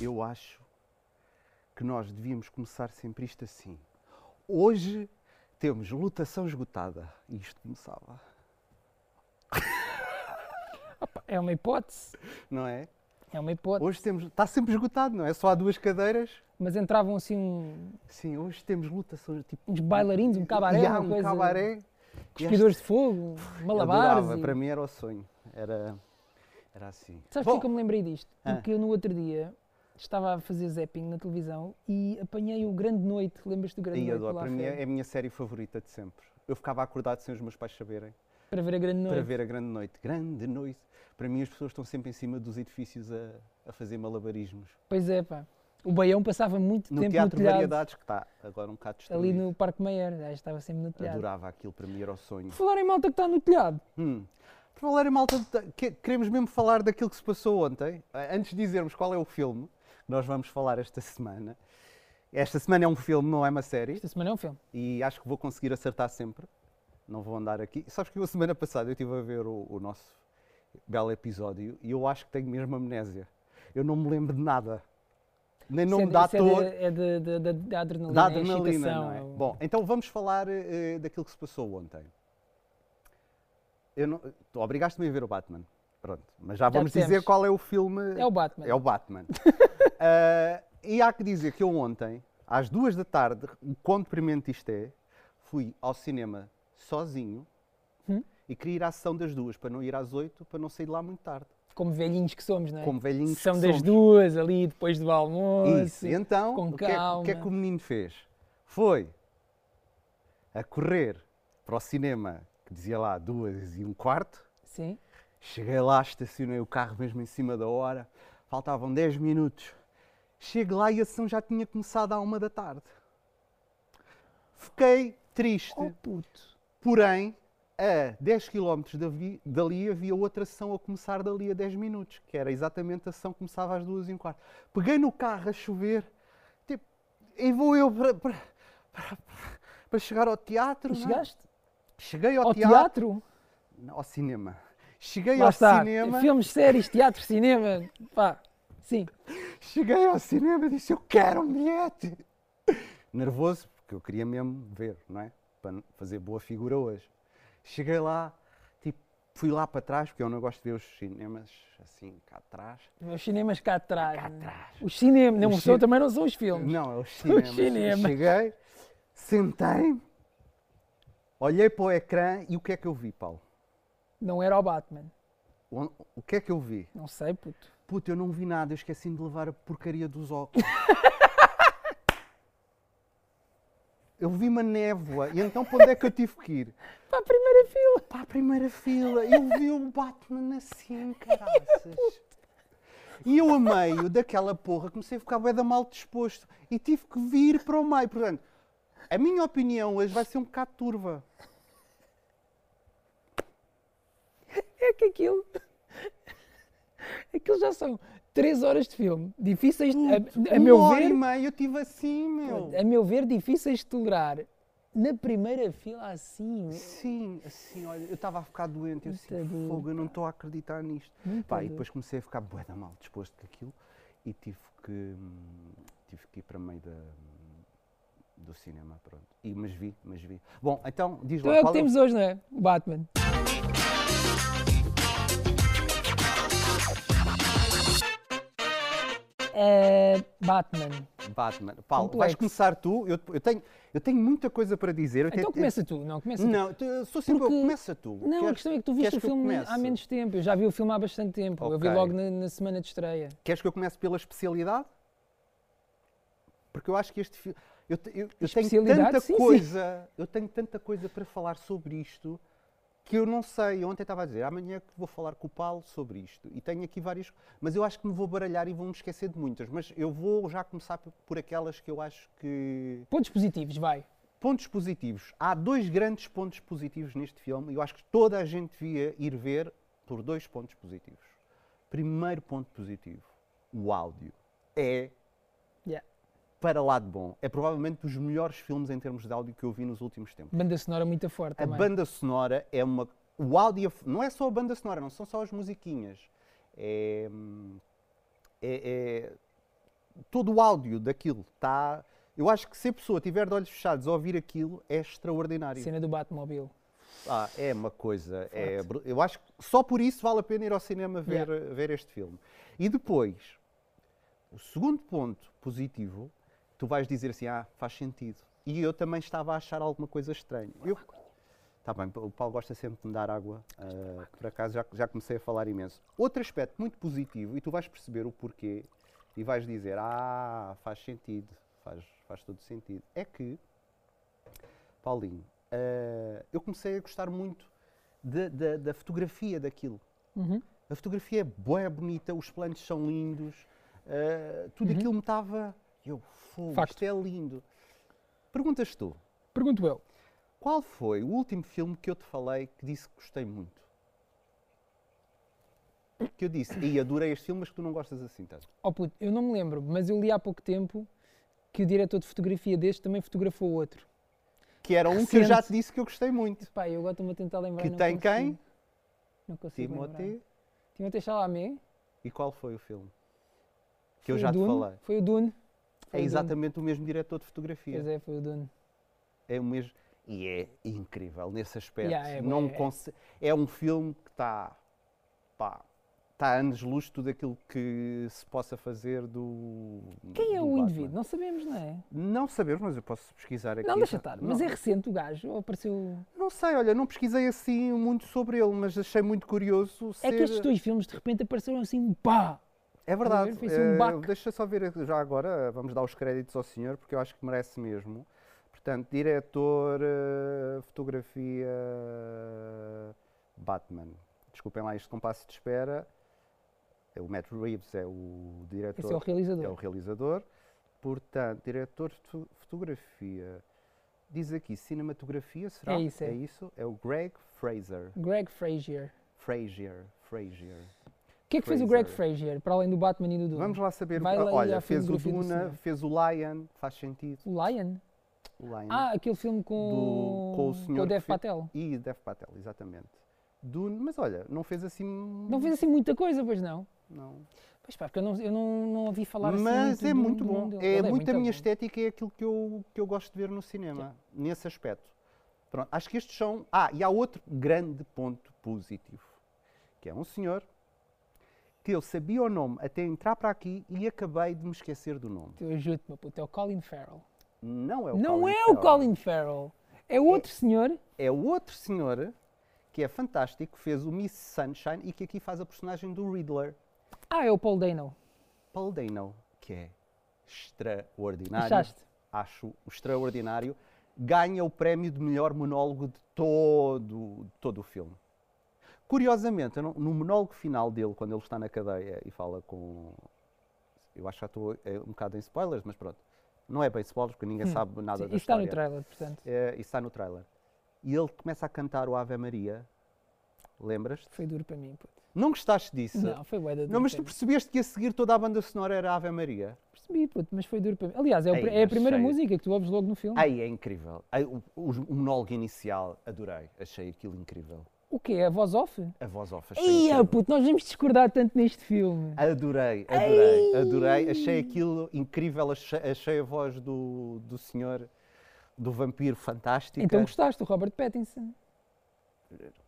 Eu acho que nós devíamos começar sempre isto assim. Hoje temos lotação esgotada. E isto começava, Opa, é uma hipótese. não é? É uma hipótese. Hoje temos. Está sempre esgotado, não é? Só há duas cadeiras. Mas entravam assim um- Sim, hoje temos lotação. Tipo, uns bailarinos, um cabaré, e há uma um coisa. cabaré. E este- Cuspidores de fogo, Eu malabares. adorava, e- para mim era o sonho. Era, era assim. Sabes Bom, porquê que eu me lembrei disto? Ah. Porque eu no outro dia estava a fazer zapping na televisão e apanhei o Grande Noite. Lembras-te do Grande e Noite? adoro, lá à para mim frente? é a minha série favorita de sempre. Eu ficava acordado sem os meus pais saberem Para ver a Grande Noite. para ver a grande noite. Grande noite. Para mim as pessoas estão sempre em cima dos edifícios a, a fazer malabarismos. Pois é, pá. O Baião passava muito No tempo no Teatro telhado, Variedades, que está agora um bocado destruído. ali no Parque Maier. Ah, Estava sempre no telhado. Adorava aquilo, para mim era o sonho. Por falar em malta que está no telhado, Hum. Por falar em malta, de- que- queremos mesmo falar daquilo que se passou ontem. Ah, Antes de dizermos qual é o filme que nós vamos falar esta semana. Esta semana é um filme, não é uma série. esta semana é um filme. e acho que vou conseguir acertar sempre. Não vou andar aqui. Sabes que eu, a semana passada, eu estive a ver o, o nosso belo episódio e eu acho que tenho mesmo amnésia. Eu não me lembro de nada. Nem Isso é nome de- da isso ator, É de- é de- de- de- da adrenalina. da é a adrenalina, excitação, não é? o- Bom, então vamos falar eh, daquilo que se passou ontem. Eu não, tu obrigaste-me a ver o Batman. Pronto, mas já, vamos dizer dissemos. qual é o filme. é o Batman. É o Batman. Ah, e há que dizer que eu ontem, às duas da tarde, o quão deprimente isto é, fui ao cinema sozinho Hum. e queria ir à sessão das duas, para não ir às oito, para não sair de lá muito tarde. Como velhinhos que somos, não é? Como velhinhos São que das somos. duas ali, depois do almoço. Isso. E então, com o, que é, o que é que calma. o menino fez? Foi a correr para o cinema, que dizia lá duas e um quarto, Sim. Cheguei lá, estacionei o carro mesmo em cima da hora, faltavam 10 minutos. Chego lá e a sessão já tinha começado à uma da tarde. Fiquei triste, Oh puto. porém, a 10 km davi- dali havia outra sessão a começar dali a 10 minutos, que era exatamente a sessão que começava às duas e um quarto. Peguei no carro a chover, tipo, e vou eu para, para, para, para chegar ao teatro. E não é? chegaste? Cheguei ao, Ao teatro, teatro? ao cinema. Cheguei Lá ao está. cinema. Filmes, séries, teatro, cinema. Pá. Sim. Cheguei ao cinema e disse: Eu quero um bilhete. Nervoso, porque eu queria mesmo ver, não é? Para n- fazer boa figura hoje. Cheguei lá, tipo, fui lá para trás, porque eu não gosto de ver os cinemas assim cá atrás. Os cinemas cá atrás. Cá né? atrás. Os cinemas. Não, Os são- cine- também não são os filmes. Não, é os cinemas. cinemas. Cheguei, sentei-me, olhei para o ecrã e o que é que eu vi, Paulo? Não era o Batman. O o que é que eu vi? Não sei, puto. Puta, eu não vi nada, eu esqueci-me de levar a porcaria dos óculos. eu vi uma névoa, e então para onde é que eu tive que ir? Para a primeira fila. Para a primeira fila, eu vi o Batman assim, caraças. E eu, a meio daquela porra, comecei a ficar bué da mal disposto e tive que vir para o meio. Portanto, a minha opinião hoje vai ser um bocado turva. É que aquilo. Aquilo já são três horas de filme. Difíceis, de- a, a Uma meu hora ver. Um e meia eu estive assim, meu. A meu ver, difíceis de tolerar. Na primeira fila, assim. Sim, assim, olha, eu estava a ficar doente, eu assim, Muita dor, fogo, eu não estou a acreditar nisto. Muita Pá, e dor. depois comecei a ficar bué da mal disposto com aquilo e tive que, hum, tive que ir para meio da, do cinema, pronto. E, mas vi, mas vi. Bom, então, diz Então lá, é o que qual é o- temos hoje, não é? O Batman. É, Batman. Batman. Paulo, vais Complexo. começar tu, eu, eu, tenho, eu tenho muita coisa para dizer. Eu Então tenho- começa tu, não começa tu. É, Não, tu- eu sou sempre Porque- eu, começa tu. Não, a Queres- questão é que tu queres viste o eu filme há comece? menos tempo. Eu já vi o filme há bastante tempo. Eu vi Ok. logo na, na semana de estreia. Queres que eu comece pela especialidade? Porque eu acho que este filme. Eu, te- eu- eu tenho Especialidade, tanta sim, sim. coisa. Eu tenho tanta coisa para falar sobre isto que eu não sei. Eu ontem estava a dizer, amanhã que vou falar com o Paulo sobre isto. E tenho aqui várias. Mas eu acho que me vou baralhar e vou-me esquecer de muitas. Mas eu vou já começar por, por aquelas que eu acho que. Pontos positivos, vai. Pontos positivos. Há dois grandes pontos positivos neste filme e eu acho que toda a gente devia ir ver por dois pontos positivos. Primeiro ponto positivo: o áudio. É Yeah. para lá de bom. É provavelmente dos melhores filmes em termos de áudio que eu vi nos últimos tempos. Banda sonora muito forte A também. banda sonora é uma. O áudio. e a f- Não é só a banda sonora, não são só as musiquinhas. É. é- é- todo o áudio daquilo está. Eu acho que se a pessoa tiver de olhos fechados a ouvir aquilo, é extraordinário. Cena do Batmobile. Ah, é uma coisa. É, bru- eu acho que só por isso vale a pena ir ao cinema ver, eh, ver este filme. E depois, o segundo ponto positivo, tu vais dizer assim: ah, faz sentido. E eu também estava a achar alguma coisa estranha. Eu, Tá bem, o Paulo gosta sempre de me dar água. ah, por acaso já, já comecei a falar imenso. Outro aspecto muito positivo, e tu vais perceber o porquê, e vais dizer: Ah, faz sentido, faz, faz todo sentido. É que, Paulinho, ah, eu comecei a gostar muito da- da- da fotografia daquilo. Uhum. A fotografia é boa, bonita, os planos são lindos, ah, tudo aquilo me estava. Eu, fogo, Uhum. Facto. isto é lindo. Perguntas tu. Pergunto eu. Qual foi o último filme que eu te falei que disse que gostei muito? Que eu disse, e adorei este filme, mas que tu não gostas assim tanto. Oh puto, eu não me lembro, mas eu li há pouco tempo que o diretor de fotografia deste também fotografou outro. Que era um que eu já Recente. te disse que eu gostei muito. Pá, eu agora estou-me a tentar lembrar. Que não tem consigo. quem? Não consigo lembrar. Timothée. Timothée Chalamet. E qual foi o filme? Que eu Foi o já te Dune, falei. Foi o Dune. Foi É o Dune. exatamente o mesmo diretor de Pois fotografia. é, foi o Dune. É o mesmo. E é incrível nesse aspecto. Yeah, é, não é, é. conse- é um filme que está. pá. Está a anos-luz tudo aquilo que se possa fazer do. Quem é do o Batman. indivíduo? Não sabemos, não é? Não sabemos, mas eu posso pesquisar aqui. Não, deixa estar. Mas Não, é recente o gajo. Ou apareceu. não sei, olha, não pesquisei assim muito sobre ele, mas achei muito curioso É ser... que estes dois filmes de repente apareceram assim, pá! É verdade. Foi assim um eh, baque. deixa só ver aqui já agora, vamos dar os créditos ao senhor, porque eu acho que merece mesmo. Portanto, diretor, eh, fotografia, Batman. Desculpem lá este compasso de espera. É O Matt Reeves é o diretor. Esse é o realizador. É o realizador. Portanto, diretor de fo- fotografia. Diz aqui, cinematografia, será? É isso, é. É, isso? é o Greg Fraser. Greg Frazier. Frazier, Frazier. O que é que fez o Greg Frazier, para além do Batman e do Dune? Vamos lá saber. o Vai que- lá e Olha, a fez o filmografia do Duna, senhor. fez o Lion, faz sentido. O Lion? O Lion. Ah, aquele filme Do- com, com o senhor que Dev fez- Patel. E Dev Patel, exatamente. Dune, mas olha, não fez assim. Não fez assim muita coisa, pois não? não. Pois pá, porque eu não, eu não, não ouvi falar assim mas muito é do- muito do bom. nome dele. Ele É muito a minha bom. estética, é aquilo que eu, que eu gosto de ver no cinema, nesse aspecto. Pronto, acho que estes são. Ah, e há outro grande ponto positivo, que é um senhor que eu sabia o nome até entrar para aqui e acabei de me esquecer do nome. Eu ajudo-te, meu puto, é o Colin Farrell. Não é o não Colin é o Farrell. Colin Farrell, é outro senhor. É o outro senhor que é fantástico, que fez o Miss Sunshine e que aqui faz a personagem do Riddler, Ah, é o Paul Dano. Paul Dano, que é extraordinário. Achaste? Acho extraordinário. Ganha o prémio de melhor monólogo de todo, de todo o filme. Curiosamente, eu não- no monólogo final dele, quando ele está na cadeia e fala com. Eu acho que já estou eh, um bocado em spoilers, mas pronto. Não é bem spoilers, porque ninguém sabe nada Hum. Sim, da isto está história. no trailer, portanto. Eh, isso está no trailer. E ele começa a cantar o Ave Maria. Lembras-te? Foi duro para mim, puto. Não gostaste disso? Não, foi bué da duro Não, mas para tu mim. percebeste que a seguir toda a banda sonora era Ave Maria? Percebi, puto, mas foi duro para mim. Aliás, é, o Ei, pr- é a mas primeira sei. música que tu ouves logo no filme. Ai, é incrível. Ai, o, o- o monólogo inicial, adorei. Achei aquilo incrível. O quê? É A voz off? A voz off, achei Ia, incrível. puto, nós vamos discordar tanto neste filme. Adorei, adorei, adorei. Achei aquilo incrível. Achei, achei a voz do, do senhor, do vampiro, fantástica. Então gostaste do Robert Pattinson?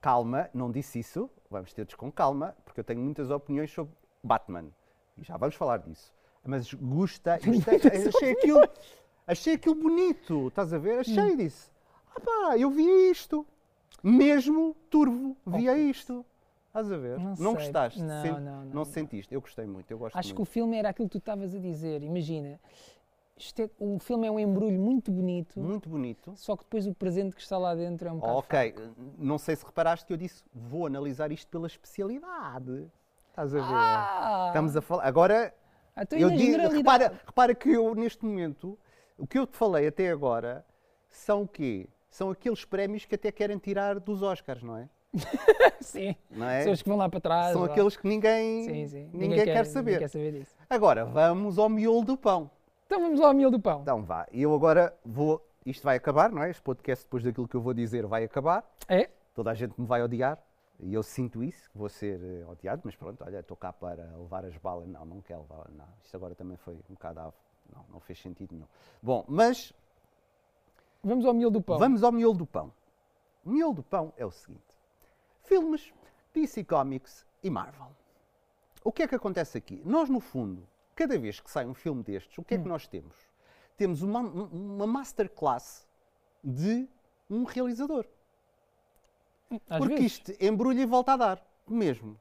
calma, não disse isso, vamos ter-nos com calma, porque eu tenho muitas opiniões sobre Batman. E já vamos falar disso. Mas gosta, gostei, achei aquilo, achei aquilo bonito, estás a ver? Achei Hum. e disse, ah pá, eu via isto, mesmo turvo, via isto. Estás a ver? Não Não, sei. gostaste? Não, sen- não, não, não. sentiste? Eu gostei muito, eu gosto Acho que o muito. filme era aquilo que tu estavas a dizer. Imagina, isto é- o filme é um embrulho muito bonito, Muito bonito. só que depois o presente que está lá dentro é um é bocado. fraco. Hum. ok, não sei se reparaste que eu disse, vou analisar isto pela especialidade. Estás a ver? Ah! Estamos a falar. Agora, Então, eu e na digo- generalidade? repara, repara que eu, neste momento, o que eu te falei até agora são o quê? São aqueles prémios que até querem tirar dos Oscars, não é? Sim. Não é? Pessoas que vão lá para trás. São ou lá- aqueles que ninguém, Ah, Sim, sim. ninguém, quer, saber. Ninguém quer saber disso. Agora, vamos ao miolo do pão. Então vamos lá ao miolo do pão. Então vá, eu agora vou. Isto vai acabar, não é? Este podcast, depois daquilo que eu vou dizer, vai acabar. É? Toda a gente me vai odiar. E eu sinto isso, que vou ser eh, odiado, mas pronto, olha, estou cá para levar as balas. Não, não quero levar, não. Isto agora também foi um bocado avo. Não, não fez sentido nenhum. Bom, mas Vamos ao miolo do pão. Vamos ao miolo do pão. O miolo do pão é o seguinte: filmes, DC Comics e Marvel. O que é que acontece aqui? Nós, no fundo, cada vez que sai um filme destes, o que é que nós temos? Temos uma, uma masterclass de um realizador. Às Porque vezes. isto embrulha e volta a dar, mesmo.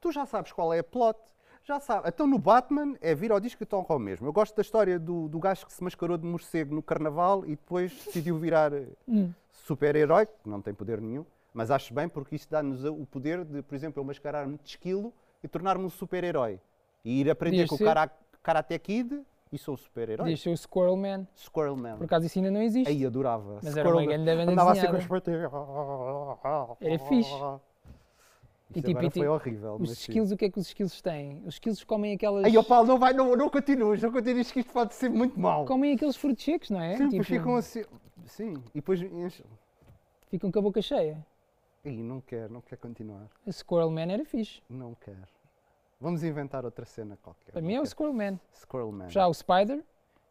Tu já sabes qual é a plot, já sabes. Então no Batman é vir ao disco e Tom Hall mesmo. Eu gosto da história do, do gajo que se mascarou de morcego no carnaval e depois decidiu virar eh, Hum. super-herói, que não tem poder nenhum, mas acho bem porque isto dá-nos a- o poder de, por exemplo, eu mascarar-me de esquilo e tornar-me um super-herói. E ir aprender Podias com o ser- cara, Karate Kid e sou um super-herói. Diz ser o Squirrel Man. Squirrel Man. Por acaso isso ainda não existe. Aí adorava. Mas era Squirrel uma Man. grande banda Andava assim com as desenhada. patinhas. ah, Era fixe. Isto tipo, ah, agora e foi tipo, horrível. Os mas sim. esquilos, o que é que os esquilos têm? Os esquilos comem aquelas. Aí, ó Paulo, não vai, não, não continues, não continues que isto pode ser muito mau. Comem aqueles frutos secos, não é? Sim, Tipo, depois ficam assim. Sim, e depois enchem. ficam com a boca cheia. Ih, não quero, não quero continuar. O Squirrel Man era fixe. Não quero. Vamos inventar outra cena qualquer. Para não mim é o quero. Squirrel Man. Squirrel Man. Já há o Spider,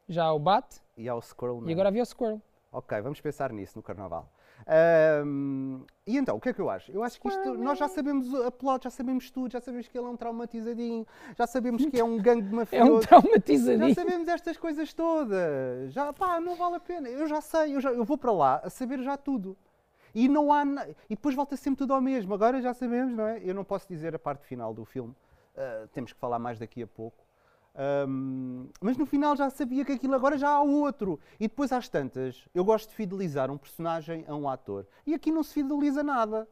já há o Bat E há o É. Squirrel Man. e agora havia o Squirrel. Ok, vamos pensar nisso no carnaval. Ahm, e então, o que é que eu acho? Eu acho que isto, nós já sabemos a plot, já sabemos tudo, já sabemos que ele é um traumatizadinho, já sabemos que é um gangue de É um mafioso. Já traumatizadinho. sabemos estas coisas todas. Já, pá, não vale a pena. Eu já sei, eu, já- eu vou para lá a saber já tudo. E não há. na- E depois volta sempre tudo ao mesmo. Agora já sabemos, não é? Eu não posso dizer a parte final do filme. ah, temos que falar mais daqui a pouco. Ahm, mas no final já sabia que aquilo agora já há outro. E depois às tantas, eu gosto de fidelizar um personagem a um ator. E aqui não se fideliza nada.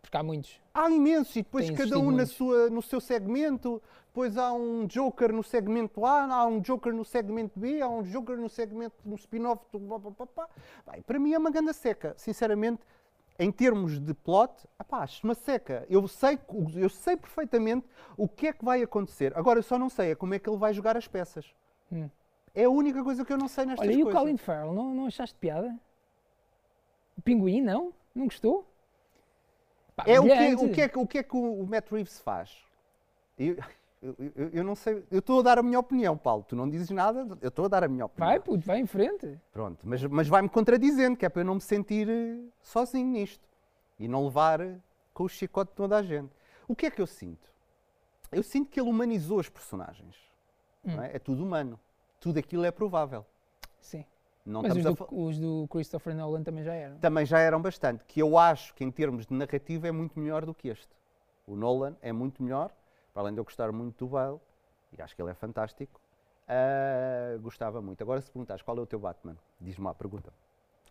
Porque há muitos. Há imensos, e depois Tem cada existido um na muitos. sua, no seu segmento, depois há um Joker no segmento A, há um Joker no segmento B, há um Joker no segmento, no spin-off, do blá, blá, blá, blá. Bem, para mim é uma ganda seca, sinceramente, em termos de plot, apá, acho uma seca. Eu sei, que o- eu sei perfeitamente o que é que vai acontecer, agora eu só não sei é como é que ele vai jogar as peças. Hum. É a única coisa que eu não sei nestas Olha, e o coisas. Colin Farrell, não, não achaste piada? O pinguim, não? Não gostou? Pá, É o que, brilhante. o, que é, que- o que é que o o Matt Reeves faz? Eu, eu, eu- eu não sei, eu estou a dar a minha opinião, Paulo. Tu não dizes nada, eu estou a dar a minha opinião. Vai, puto, vai em frente. Pronto, mas, mas vai-me contradizendo, que é para eu não me sentir eh, sozinho nisto e não levar eh, com o chicote de toda a gente. O que é que eu sinto? Eu sinto que ele humanizou os personagens. Hum. não é? é tudo humano, tudo aquilo é provável. Sim. Não Mas os estamos a do, fa- os do Christopher Nolan também já eram. também já eram bastante, que eu acho que em termos de narrativa é muito melhor do que este. O Nolan é muito melhor, para além de eu gostar muito do Bale, e acho que ele é fantástico, ah, gostava muito. Agora se perguntas qual é o teu Batman, diz-me lá, pergunta.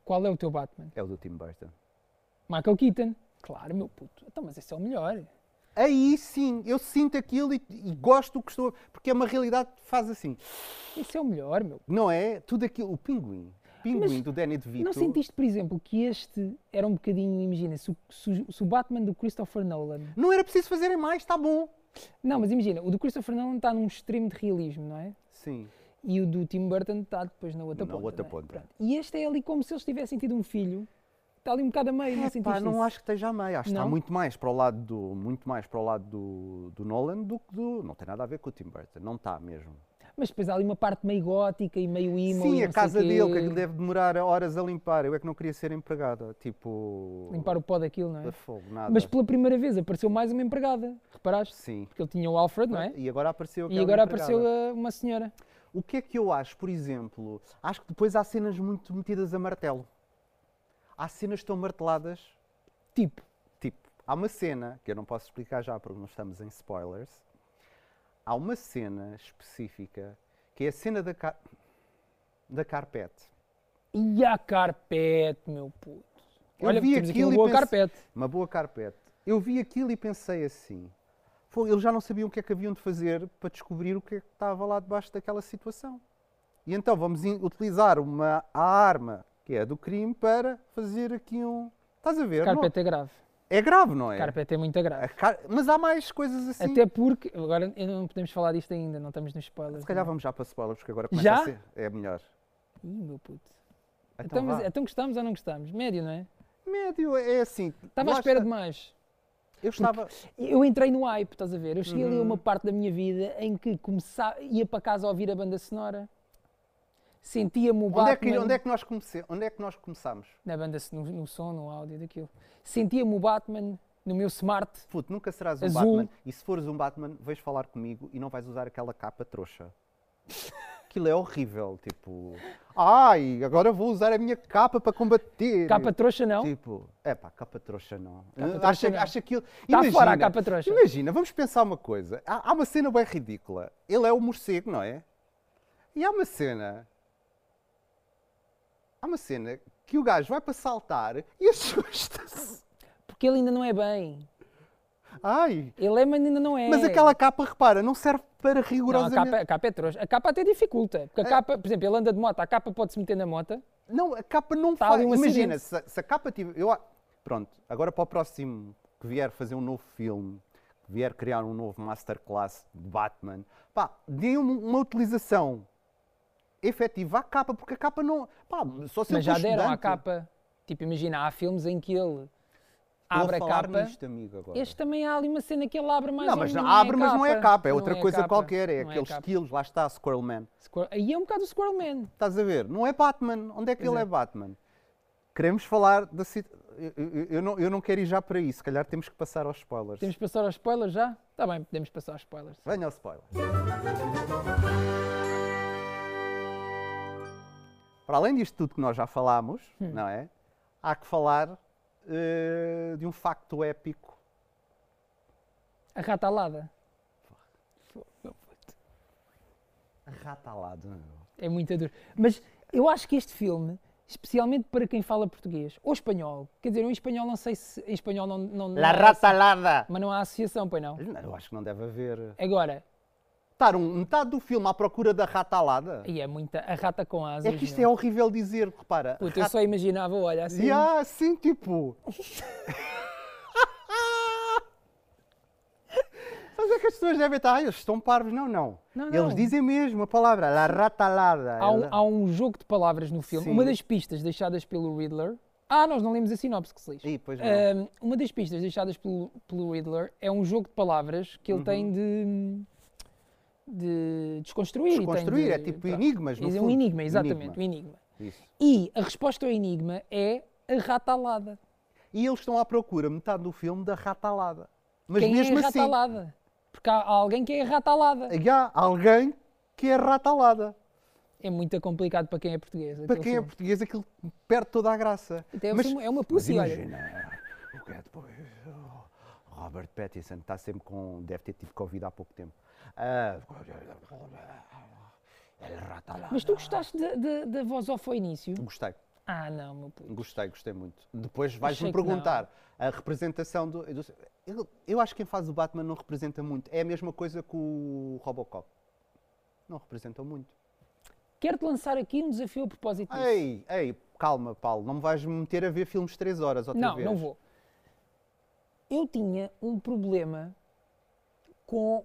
Qual é o teu Batman? É o do Tim Burton. Michael Keaton. Claro, meu puto. Então, mas esse é o melhor. Aí sim, eu sinto aquilo e, e gosto do que estou, porque é uma realidade que faz assim, Esse é o melhor, meu. não é? Tudo aquilo, o pinguim, pinguim Mas do Danny DeVito. Não sentiste, por exemplo, que este era um bocadinho, imagina, se, o- se o- se o Batman do Christopher Nolan. Não era preciso fazerem mais, está bom. Não, mas imagina, o do Christopher Nolan está num extremo de realismo, não é? Sim. E o do Tim Burton está depois na outra Na ponta. outra não é? ponta. Pronto. E este é ali como se eles tivessem tido um filho. Está ali um bocado a meio, não Epá, sentiste não isso? acho que esteja a meio. Acho que está Não? muito mais para o lado do, muito mais para o lado do, do Nolan do que do. Não tem nada a ver com o Tim Burton. Não está mesmo. Mas depois há ali uma parte meio gótica e meio emo. e Sim, não a sei casa quê. dele, que aquilo deve demorar horas a limpar. Eu é que não queria ser empregada. Tipo. Limpar o pó daquilo, não é? de fogo, nada. Mas pela primeira vez apareceu mais uma empregada, reparaste? Sim. Porque ele tinha o Alfred, não é? E agora apareceu E aquela agora empregada. apareceu ah, uma senhora. O que é que eu acho, por exemplo? Acho que depois há cenas muito metidas a martelo. Há cenas tão marteladas Tipo, Tipo, há uma cena, que eu não posso explicar já porque não estamos em spoilers, há uma cena específica que é a cena da, ca- da carpete. e a carpete, meu puto. Eu Olha, vi temos aqui aquilo uma e boa pensei- carpete. Uma boa carpete. Eu vi aquilo e pensei assim. Pô, eles já não sabiam o que é que haviam de fazer para descobrir o que é que estava lá debaixo daquela situação. E então vamos in- utilizar uma a arma que é a do crime para fazer aqui um. Estás a ver? não- Carpete é grave. É grave, não é? Carpete é muito grave. A car- Mas há mais coisas assim. Até porque, agora eu não podemos falar disto ainda, não estamos nos spoilers. Se calhar não vamos já para spoilers, porque agora começa Já? a ser. É melhor. é? Ih, meu puto. Então Então, mas- vá. então gostamos ou não gostamos? Médio, não é? Médio, é assim. Estava à lá espera está. de um mais. Eu estava. Eu entrei no hype, estás a ver? Eu cheguei Uhum. ali a uma parte da minha vida em que começava, ia para casa a ouvir a banda sonora, sentia-me o Onde Batman é, que, onde, é que nós comece... onde é que nós começámos? na banda, no, no som, no áudio daquilo. Sentia-me o Batman no meu smart. Puto, nunca serás um Azul. Batman. E se fores um Batman, vais falar comigo e não vais usar aquela capa trouxa. Aquilo é horrível, tipo. Ai, agora vou usar a minha capa para combater. Capa trouxa não. Tipo, é pá, capa trouxa não. trouxa acha, não. acha aquilo. Tá imagina, fora a capa trouxa. Imagina, vamos pensar uma coisa. Há, há uma cena bem ridícula. Ele é o morcego, não é? E há uma cena. Há uma cena que o gajo vai para saltar e assusta-se. Porque ele ainda não é bem. Ai, Ele é, mas ainda não é. mas aquela capa, repara, não serve para Não, a rigorosamente. capa, a capa é trouxa. A capa até dificulta. Porque a É. capa, por exemplo, ele anda de moto, a capa pode-se meter na moto. Não, a capa não Tá faz. ali um Imagina, se, a- se a capa tiver. Eu, a- pronto, agora para o próximo que vier fazer um novo filme, que vier criar um novo masterclass de Batman, pá, dê um- uma utilização efetiva à capa, porque a capa não. Pá, só se mas eu já for deram à estudante. capa. Tipo, imagina, há filmes em que ele Estou abre a falar capa. Nisto, amigo, agora. Este também há ali uma cena que ele abre mais um não, ou mas menos, não, abre, mas não é a capa, é Não outra coisa capa, qualquer, é não aqueles capa. quilos, lá está, Squirrel Man. Squirrel- Aí é um bocado o Squirrel Man. Estás a ver? Não é Batman. Onde é que Pois ele é. é. Batman? Queremos falar da cita- eu, eu- eu não, eu não quero ir já para isso. Se calhar temos que passar aos spoilers. Temos que passar aos spoilers já? Está bem, podemos passar aos spoilers. Venha ao spoiler. Para além disto tudo que nós já falámos, Hum. não é? Há que falar eh, de um facto épico. A rata alada. Ratalado. meu. É muito duro. Mas eu acho que este filme, especialmente para quem fala português ou espanhol, quer dizer, eu em espanhol não sei se. Em espanhol não. não não La há- ratalada! Mas não há associação, pois não. Não, Eu acho que não deve haver. Agora, Estar um, metade do filme à procura da ratalada. e é muita. A rata com asas. É que isto é um meu. horrível dizer, repara. Puta, eu só imaginava, olha, assim. E há assim, tipo. Sabes é que as pessoas devem estar. "Ah, eles estão parvos. Não, não. Não, não. Eles dizem mesmo a palavra, la ratalada. Há um, Ela- há um jogo de palavras no filme. Sim. Uma das pistas deixadas pelo Riddler. Ah, nós não lemos a sinopse que se lixe. Ih, pois não. Ahm, uma das pistas deixadas pelo, pelo Riddler é um jogo de palavras que ele tem de, de desconstruir. e Uhum. tem Desconstruir, de- é tipo pronto. enigmas, no É um fundo. enigma, Enigma. exatamente, um enigma. Isso. E a resposta ao enigma é a rata alada. E eles estão à procura, metade do filme, da ratalada. Mas Quem mesmo é a rata assim, alada? Porque há há alguém que é a rata alada. há alguém que é ratalada. É muito complicado para quem é português. Para quem é português, aquilo perde toda a graça. Até Mas- é uma Mas pussy, olha. imagina, o que é depois? o Robert Pattinson está sempre com. deve ter tido Covid há pouco tempo. Ah, ele rata lá. Mas tu gostaste da- da- da voz off ao início? Gostei, Ah, não, meu puto. gostei, gostei muito. Depois vais-me Achei que não. perguntar a representação do. do- eu, eu acho que quem faz o Batman não representa muito. É a mesma coisa que o Robocop. Não representa muito. Quero-te lançar aqui um desafio a propósito disso. Ei, ei, calma, Paulo, não me vais me meter a ver filmes de 3 horas outra não, vez. não vou. Eu tinha um problema com.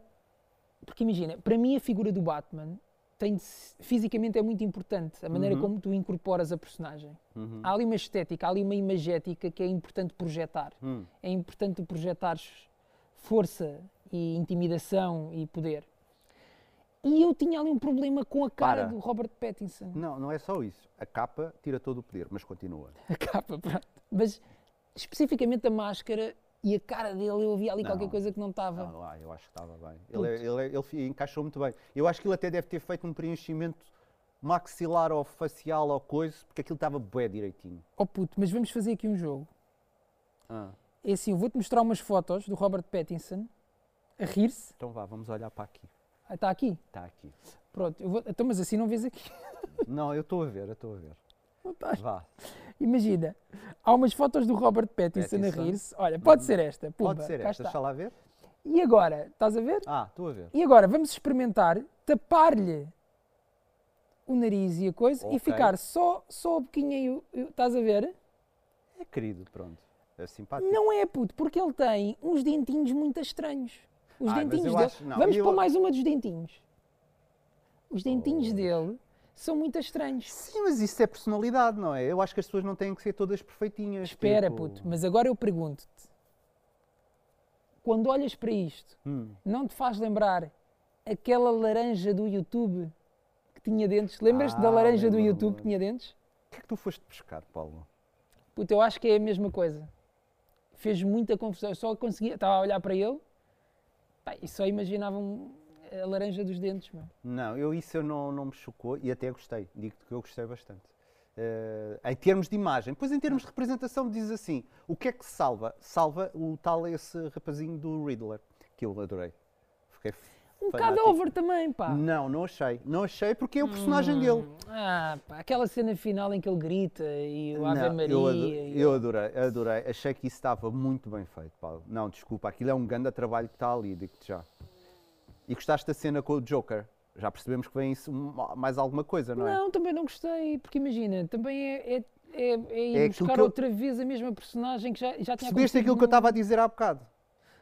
Porque imagina, para mim a figura do Batman tem de se- fisicamente é muito importante. A Uhum. maneira como tu incorporas a personagem. Há ali uma estética, há ali uma imagética que é importante projetar. Hum. É importante tu projetares força e intimidação e poder. E eu tinha ali um problema com a cara Para. do Robert Pattinson. Não, não é só isso. A capa tira todo o poder, mas continua. A capa, pronto. Mas especificamente a máscara e a cara dele, eu havia ali qualquer Não. coisa que não estava. Não, ah, eu acho que estava bem. Ele, é- ele, é- ele fi- encaixou muito bem. Eu acho que ele até deve ter feito um preenchimento maxilar ou facial ou coisa, porque aquilo estava bué direitinho. Oh puto, mas vamos fazer aqui um jogo. É assim, eu vou-te mostrar umas fotos do Robert Pattinson a rir-se. Então vá, vamos olhar para aqui. Ah, está aqui. Está aqui. Pronto, eu vou... então, mas assim não vês aqui. Não, eu estou a ver, eu estou a ver. Não estás. Vá, Imagina, há umas fotos do Robert Pattinson, Pattinson. a rir-se. Olha, pode ser esta. Pumba, pode ser cá esta, está. deixa lá ver. E agora, estás a ver? Ah, estou a ver. E agora vamos experimentar tapar-lhe o nariz e a coisa e Ok. ficar só, só a boquinha e o. e o- Estás a ver? É querido, pronto. É simpático. Não é, puto, porque ele tem uns dentinhos muito estranhos. Os Ai, mas dentinhos eu dele. acho- não, Vamos eu- pôr mais uma dos dentinhos. Os dentinhos dele são muito estranhos. Sim, mas isso é personalidade, não é? Eu acho que as pessoas não têm que ser todas perfeitinhas. Espera, tipo- puto, mas agora eu pergunto-te: quando olhas para isto, Hum. não te faz lembrar aquela laranja do YouTube que tinha dentes? Lembras-te da Ah, laranja do lembro-me. YouTube que tinha dentes? O que é que tu foste pescar, Paulo? Puto, eu acho que é a mesma coisa. Fez muita confusão. Eu só conseguia. Estava a olhar para ele pá, e só imaginava um- a laranja dos dentes, meu. Não, eu, isso eu não, não me chocou e até gostei. Digo-te que eu gostei bastante. Eh, em termos de imagem, pois em termos de representação, diz assim: o que é que salva? Salva o tal esse rapazinho do Riddler, que eu adorei. Fiquei Um bocado fanático. over também, pá. Não, não achei. Não achei porque é o personagem dele. Ah. Hum, Ah, pá, aquela cena final em que ele grita e o Ave Não, Maria. eu, ado- e- eu adorei, adorei. Achei que isso estava muito bem feito, Paulo. Não, desculpa, aquilo é um grande trabalho que está ali, digo-te já. E gostaste da cena com o Joker? Já percebemos que vem isso, um- mais alguma coisa, não é? Não, também não gostei, porque imagina, também é, é, é, é ir É aquilo buscar que eu- outra vez a mesma personagem que já, já tinha Percebeste acontecido aquilo que eu no- estava a dizer há bocado?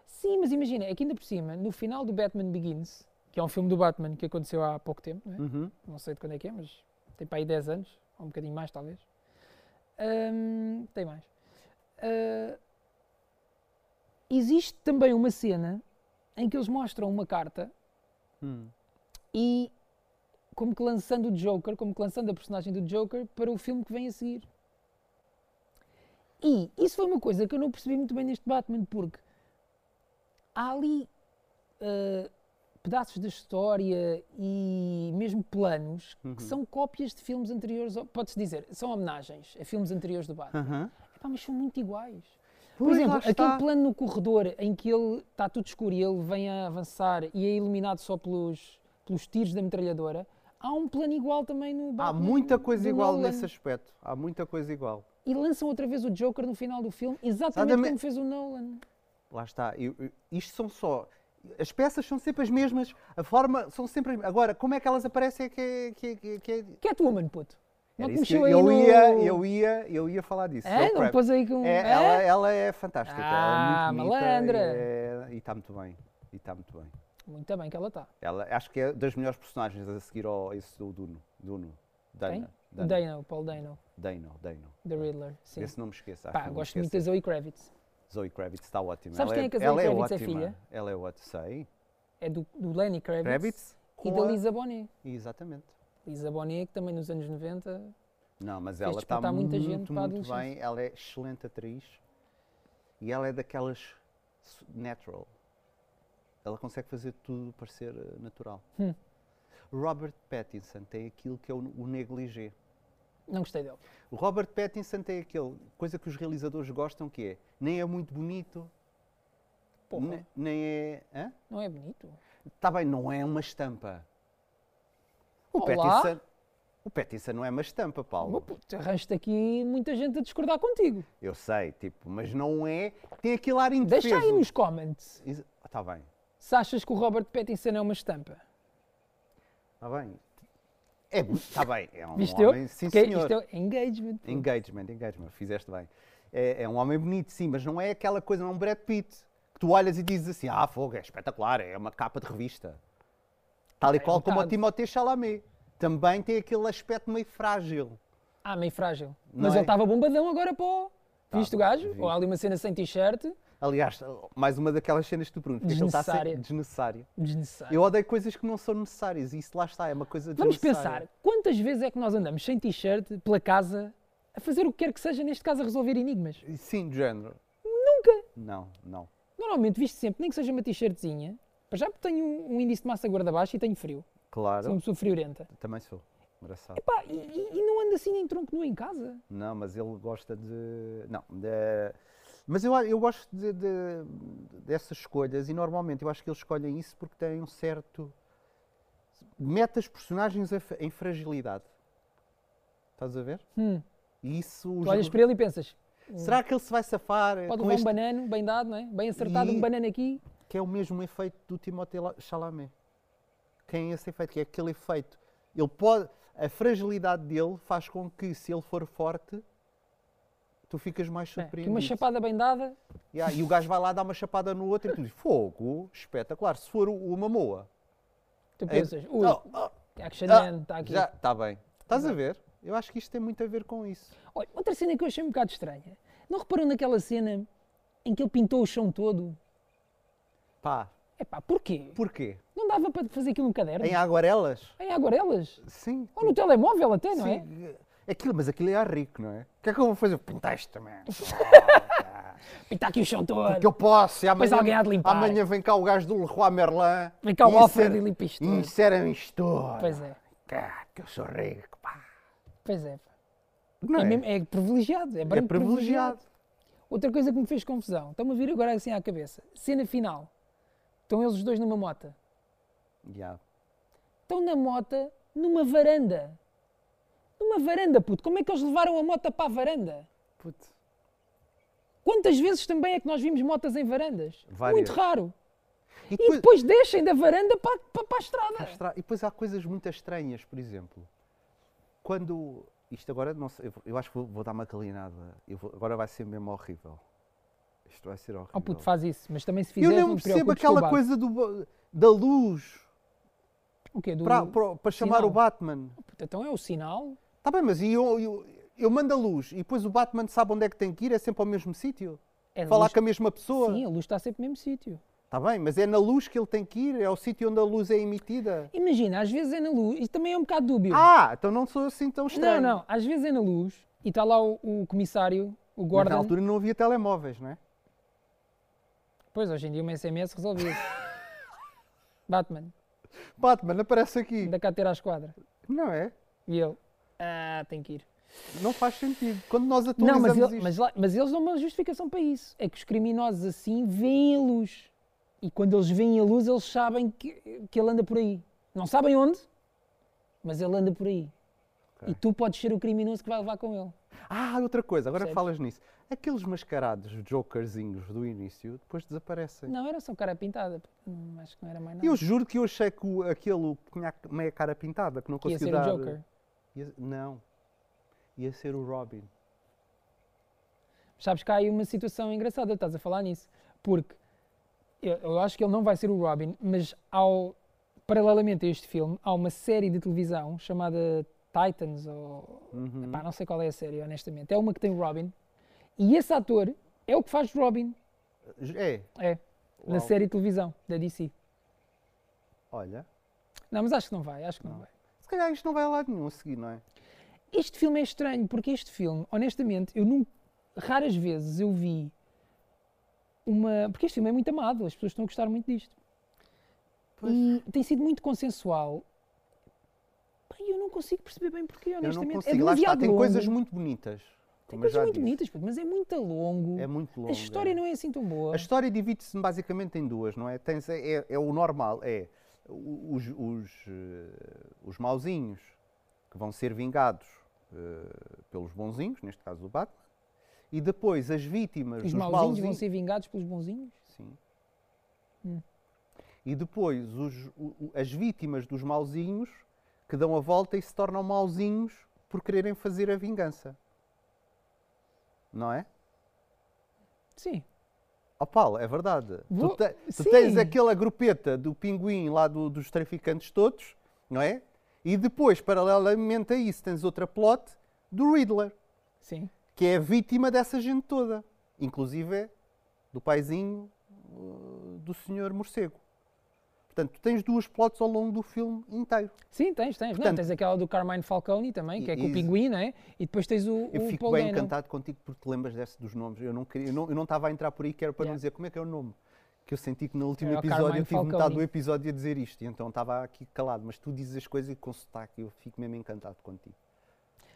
Sim, mas imagina, é que ainda por cima, no final do Batman Begins, que é um filme do Batman que aconteceu há pouco tempo, não é? Uhum. não sei de quando é que é, mas tem para aí 10 anos, ou um bocadinho mais talvez. Ahm, tem mais. Ah, existe também uma cena em que eles mostram uma carta Hum. e como que lançando o Joker, como que lançando a personagem do Joker para o filme que vem a seguir. E isso foi uma coisa que eu não percebi muito bem neste Batman, porque há ali ah, pedaços da história e mesmo planos que são cópias de filmes anteriores, ao- pode-se dizer, são homenagens a filmes anteriores do Batman. Aham. Epá, mas são muito iguais. Por Pois, exemplo, lá aquele está. plano no corredor em que ele está tudo escuro e ele vem a avançar e é iluminado só pelos, pelos tiros da metralhadora, há um plano igual também no Há Batman muita do coisa igual Nolan. nesse aspecto. Há muita coisa igual. E lançam outra vez o Joker no final do filme, exatamente Exatamente. como fez o Nolan. Lá está. Eu- eu- isto são só. As peças são sempre as mesmas. A forma são sempre. as- Agora, como é que elas aparecem? é Que é, que é- que é- que é- Catwoman, puto. Não Era te isso que mexeu eu, eu aí no... ia, eu ia, eu ia falar disso. é É? o Não crap. pôs aí com... É, É? ela, ela é fantástica, ela Ah, é muito bonita malandra. e é- e está muito bem, e está muito bem. Muito bem que ela tá. está. Ela, acho que é das melhores personagens a seguir ao esse do Duno, Duno, Quem? Dana, O Dano, Paul Dano, Dano, Dano. The Riddler. Sim. Esse não me esqueço. acho que Pá, não me gosto muito da esqueço. Zoe Kravitz. Zoe Kravitz está ótima. Sabes ela quem é que a Zoe ela Kravitz é ótima. filha? Ela é ótima, sei. É do, do Lenny Kravitz, Kravitz e com da a- Lisa Bonet. Exatamente. Lisa Bonet, que também nos anos 90 Não, mas Fez ela está despertar muita muito, gente muito, para a bem. adolescência. Ela é excelente atriz e ela é daquelas su- natural. Ela consegue fazer tudo parecer eh, natural. Hum. Robert Pattinson tem aquilo que é o, o negligé. não gostei dele. O Robert Pattinson tem aquele coisa que os realizadores gostam que é nem é muito bonito, Porra, ne- nem é. hã? não é bonito? Está bem, não é uma estampa. O Olá. Pattinson, o Pattinson não é uma estampa, Paulo. Mas, puto, Arranjo-te aqui muita gente a discordar contigo. Eu sei, tipo, mas não é. Tem aquele ar indefeso. Deixa aí nos comments Está bem, se achas que o Robert Pattinson é uma estampa. está tá bem. É, está bem, é um Viste homem, eu? sim Porque senhor. isto é engagement. puto. Engagement, engagement, fizeste bem. É, é um homem bonito, sim, mas não é aquela coisa, não é um Brad Pitt, que tu olhas e dizes assim, ah, fogo, é espetacular, é uma capa de revista. Tal e É um qual como o bocado. Timothée Chalamet. Também tem aquele aspecto meio frágil. Ah, meio frágil. Não Mas é? ele estava bombadão agora, pô. Viste o Tava, gajo? vi. Ou há ali uma cena sem t-shirt. Aliás, mais uma daquelas cenas que tu perguntas. porque é que ele está a ser Desnecessária. desnecessário. Desnecessário. Eu odeio coisas que não são necessárias e isso lá está, é uma coisa Vamos desnecessária. pensar, quantas vezes é que nós andamos sem t-shirt pela casa a fazer o que quer que seja, neste caso a resolver enigmas? Sim, de género. Nunca. Não, não. Normalmente visto sempre, nem que seja uma t-shirtzinha. Para já porque tenho um, um índice de massa guarda baixo e tenho frio. Sou uma Claro. pessoa friorenta. Também sou. Engraçado. Epá, e, e- e não anda assim em tronco nu em casa? Não, mas ele gosta de. Não. de- Mas eu, a- eu gosto de, de- dessas escolhas e normalmente eu acho que eles escolhem isso porque têm um certo. metas personagens a fa- em fragilidade. Estás a ver? Hum. E isso. Tu os- olhas para ele e pensas, Será que ele se vai safar? eh, Hum. pode com levar um este... banano, bem dado, não é? Bem acertado, um E- banano aqui. Que é o mesmo efeito do Timothée La- Chalamet. Quem é esse efeito? Que é aquele efeito. Ele pode, a fragilidade dele faz com que, se ele for forte, tu ficas mais não é? Aqui surpreendido. uma chapada bem dada, Yeah, e o gajo vai lá dar uma chapada no outro e tu dizes, fogo, espetacular. Se for o- uma moa, tu Aí- pensas, ui, Oh, oh, Action Ah, Man, está aqui. É, Já, está bem. Estás a ver? Eu acho que isto tem muito a ver com isso. Olha, outra cena que eu achei um bocado estranha. Não reparou naquela cena em que ele pintou o chão todo? Pá, Epá, porquê? porquê? Não dava para fazer aquilo no caderno? É, Em aguarelas? Em aguarelas? Sim. Ou no telemóvel até, não é? sim. Aquilo, mas aquilo é rico, não é? O que é que eu vou fazer? Pintar isto também. Pintar aqui o chão todo. Porque eu posso. E amanhã, alguém há de limpar. amanhã vem cá o gajo do Leroy Merlin. Vem cá o e Alfred insere- e limpa isto e tudo. Insera-me isto tudo. Pois é, Cá, que eu sou rico, pá. pois é. Não É, é? mesmo- é privilegiado, é É branco privilegiado. privilegiado. Outra coisa que me fez confusão, estão-me a vir agora assim à cabeça. Cena final. Estão eles os dois numa mota. Já. Estão na mota, numa varanda. Numa varanda, puto. Como é que eles levaram a mota para a varanda? Puto. Quantas vezes também é que nós vimos motas em varandas? Várias. Muito raro. E E depois, depois descem da varanda para, para, para a Há estrada. estra- e depois há coisas muito estranhas, por exemplo. Quando. Isto agora, não sei, eu vou- eu acho que vou, vou dar uma calinada. Eu vou- agora vai ser mesmo horrível. Isto vai ser horrível. Oh puto, faz isso. Mas também se eu fizeres, não te percebo um preocupes com o aquela Batman. coisa do, ba- da luz O quê? Do... para, para- para chamar sinal. o Batman. Puto, então é o sinal. Está bem, mas e eu, eu, eu mando a luz e depois o Batman sabe onde é que tem que ir, é sempre ao mesmo sítio? É a Falar luz- com a mesma pessoa? Sim, a luz está sempre no mesmo sítio. Está bem, mas é na luz que ele tem que ir, é ao sítio onde a luz é emitida. Imagina, às vezes é na luz. Isto também é um bocado dúbio. Ah, então não sou assim tão não, estranho. não. Às vezes é na luz e está lá o, o comissário, o Mas Gordon. na altura não havia telemóveis, não é? Pois, hoje em dia uma SMS resolvia. Batman, Batman aparece aqui. anda cá ter à esquadra. Não é? E ele, ah, tem que ir. Não faz sentido. Quando nós Não, atualizamos mas, ele- isto. mas lá- mas eles dão uma justificação para isso. É que os criminosos assim veem a luz. E quando eles veem a luz, eles sabem que, que ele anda por aí. Não sabem onde, mas ele anda por aí. Ok. E tu podes ser o criminoso que vai levar com ele. Ah, outra coisa, agora que falas Percebes? nisso. Aqueles mascarados jokerzinhos do início depois desaparecem. Não, era só cara pintada. Hum, Acho que não era mais nada. Eu juro que eu achei que o- aquele que tinha a meia cara pintada, que não que ia conseguiu ser dar. o Joker. ia- não. Ia ser o Robin. Sabes que há aí uma situação engraçada, estás a falar nisso. Porque eu, eu acho que ele não vai ser o Robin, mas ao, paralelamente a este filme, há uma série de televisão chamada Titans, ou Uhum. epá, não sei qual é a série, honestamente. É uma que tem o Robin. E esse ator é o que faz Robin, É, é, na Uau. série de televisão da DC. olha. Não, mas acho que não vai, acho que não, vai. Se calhar isto não vai a lado nenhum a seguir, não é? Este filme é estranho, porque este filme, honestamente, eu nunca, raras vezes eu vi uma. Porque este filme é muito amado, as pessoas estão a gostar muito disto. Pois. E tem sido muito consensual. Pá, eu não consigo perceber bem porquê, Eu não honestamente. consigo. é Lá está, demasiado tem longo. coisas muito bonitas. Tem como eu coisas já muito disse. bonitas, pô, mas é muito longo. É muito longo. a história não é assim tão boa. A história divide-se basicamente em duas, não é? Tens, é, é- é o normal, é o- os, os, eh, os mauzinhos que vão ser vingados eh, pelos bonzinhos, neste caso o Batman, e depois as vítimas Os dos mauzinhos vão ser vingados pelos bonzinhos. Sim. Hum. E depois os- o- o- as vítimas dos mauzinhos que dão a volta e se tornam mauzinhos por quererem fazer a vingança. Não é? Sim. Ó Paulo, é verdade. Vou- Tu, te- tu tens Sim. aquela grupeta do pinguim lá do- dos traficantes todos, não é? E depois, paralelamente a isso, tens outra plot do Riddler, Sim. que é a vítima dessa gente toda. Inclusive é do paizinho uh, do senhor morcego. Portanto, tu tens duas plots ao longo do filme inteiro. Sim, tens, tens. não, Portanto- tens aquela do Carmine Falcone também, que é com o Is- pinguim, não é? E depois tens o, Eu o fico Paul bem Dano. encantado contigo porque te lembras desse dos nomes. Eu não queria, eu não, eu não estava a entrar por aí, que era para Yeah. não dizer como é que é o nome. Que eu senti que no último Era o episódio Carmine eu tive metade do Falcone. episódio a dizer isto, e então estava aqui calado. Mas tu dizes as coisas e com sotaque, eu fico mesmo encantado contigo.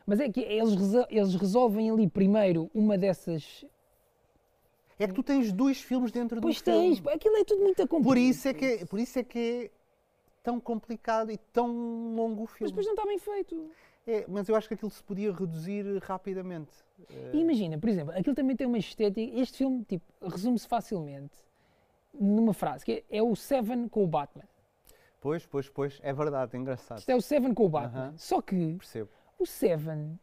Mas é que eles, resol- eles resolvem ali primeiro uma dessas. É que tu tens dois filmes dentro Pois do filme. tens, pá, aquilo é tudo muito complicado. Por isso é que é, por isso é que é tão complicado e tão longo o Mas filme. depois não está bem feito. É, mas eu acho que aquilo se podia reduzir rapidamente. E imagina, por exemplo, aquilo também tem uma estética. Este filme, tipo, resume-se facilmente numa frase, que é, é o Seven com o Batman. Pois, pois, pois, é verdade, é engraçado. Isto é o Seven com o Batman. Aham. Só que Percebo. o Seven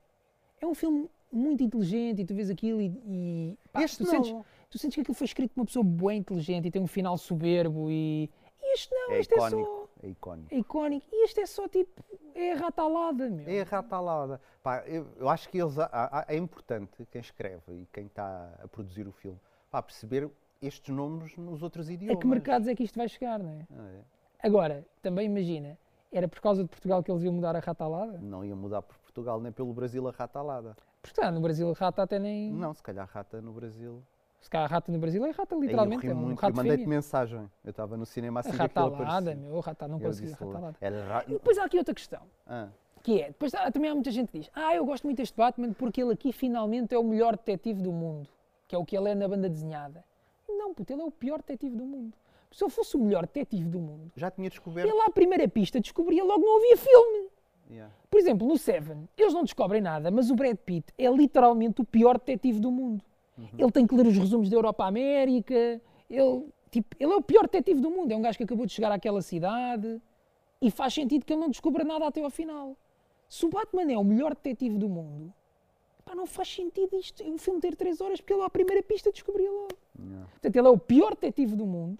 é um filme muito inteligente e tu vês aquilo e. e, pá, Este tu, não. Sentes, tu sentes que aquilo foi escrito por uma pessoa bem inteligente e tem um final soberbo e. e este não, É este icónico, é só. é icónico. É icónico. E este é só tipo. É a rata alada, meu. É a ratalada. Pá, eu, eu acho que eles. a- a- é importante quem escreve e quem está a produzir o filme pá, perceber estes nomes nos outros a idiomas. que mercados é que isto vai chegar, não é? Ah, é. Agora, também imagina, era por causa de Portugal que eles iam mudar a rata alada? Não ia mudar por Portugal nem pelo Brasil a rata alada. Porque tá, no Brasil a rata até nem. Não, se calhar rata no Brasil. Se cá a rata no Brasil é rata, Aí literalmente. eu É ri um muito. Eu rato mandei-te fêmea. mensagem. Eu estava no cinema A assim que rata aquilo apareceu. alada, meu, a rata, não Eu consegui a disse rata lá, alada. "Era ra- E depois há aqui outra questão, Ah, que é, depois há- também há muita gente que diz, ah, eu gosto muito deste Batman porque ele aqui finalmente é o melhor detetive do mundo, que é o que ele é na banda desenhada. Não, puto, ele é o pior detetive do mundo. Se eu fosse o melhor detetive do mundo, já tinha descoberto. ele à primeira pista descobria logo não havia filme. Yeah. Por exemplo, no Seven, eles não descobrem nada, mas o Brad Pitt é literalmente o pior detetive do mundo. Uhum. Ele tem que ler os resumos da Europa à América, ele, tipo, ele é o pior detetive do mundo. É um gajo que acabou de chegar àquela cidade e faz sentido que ele não descubra nada até ao final. Se o Batman é o melhor detetive do mundo, pá, não faz sentido isto, um filme ter 3 horas, porque ele à primeira pista descobriu logo. Yeah. Portanto, ele é o pior detetive do mundo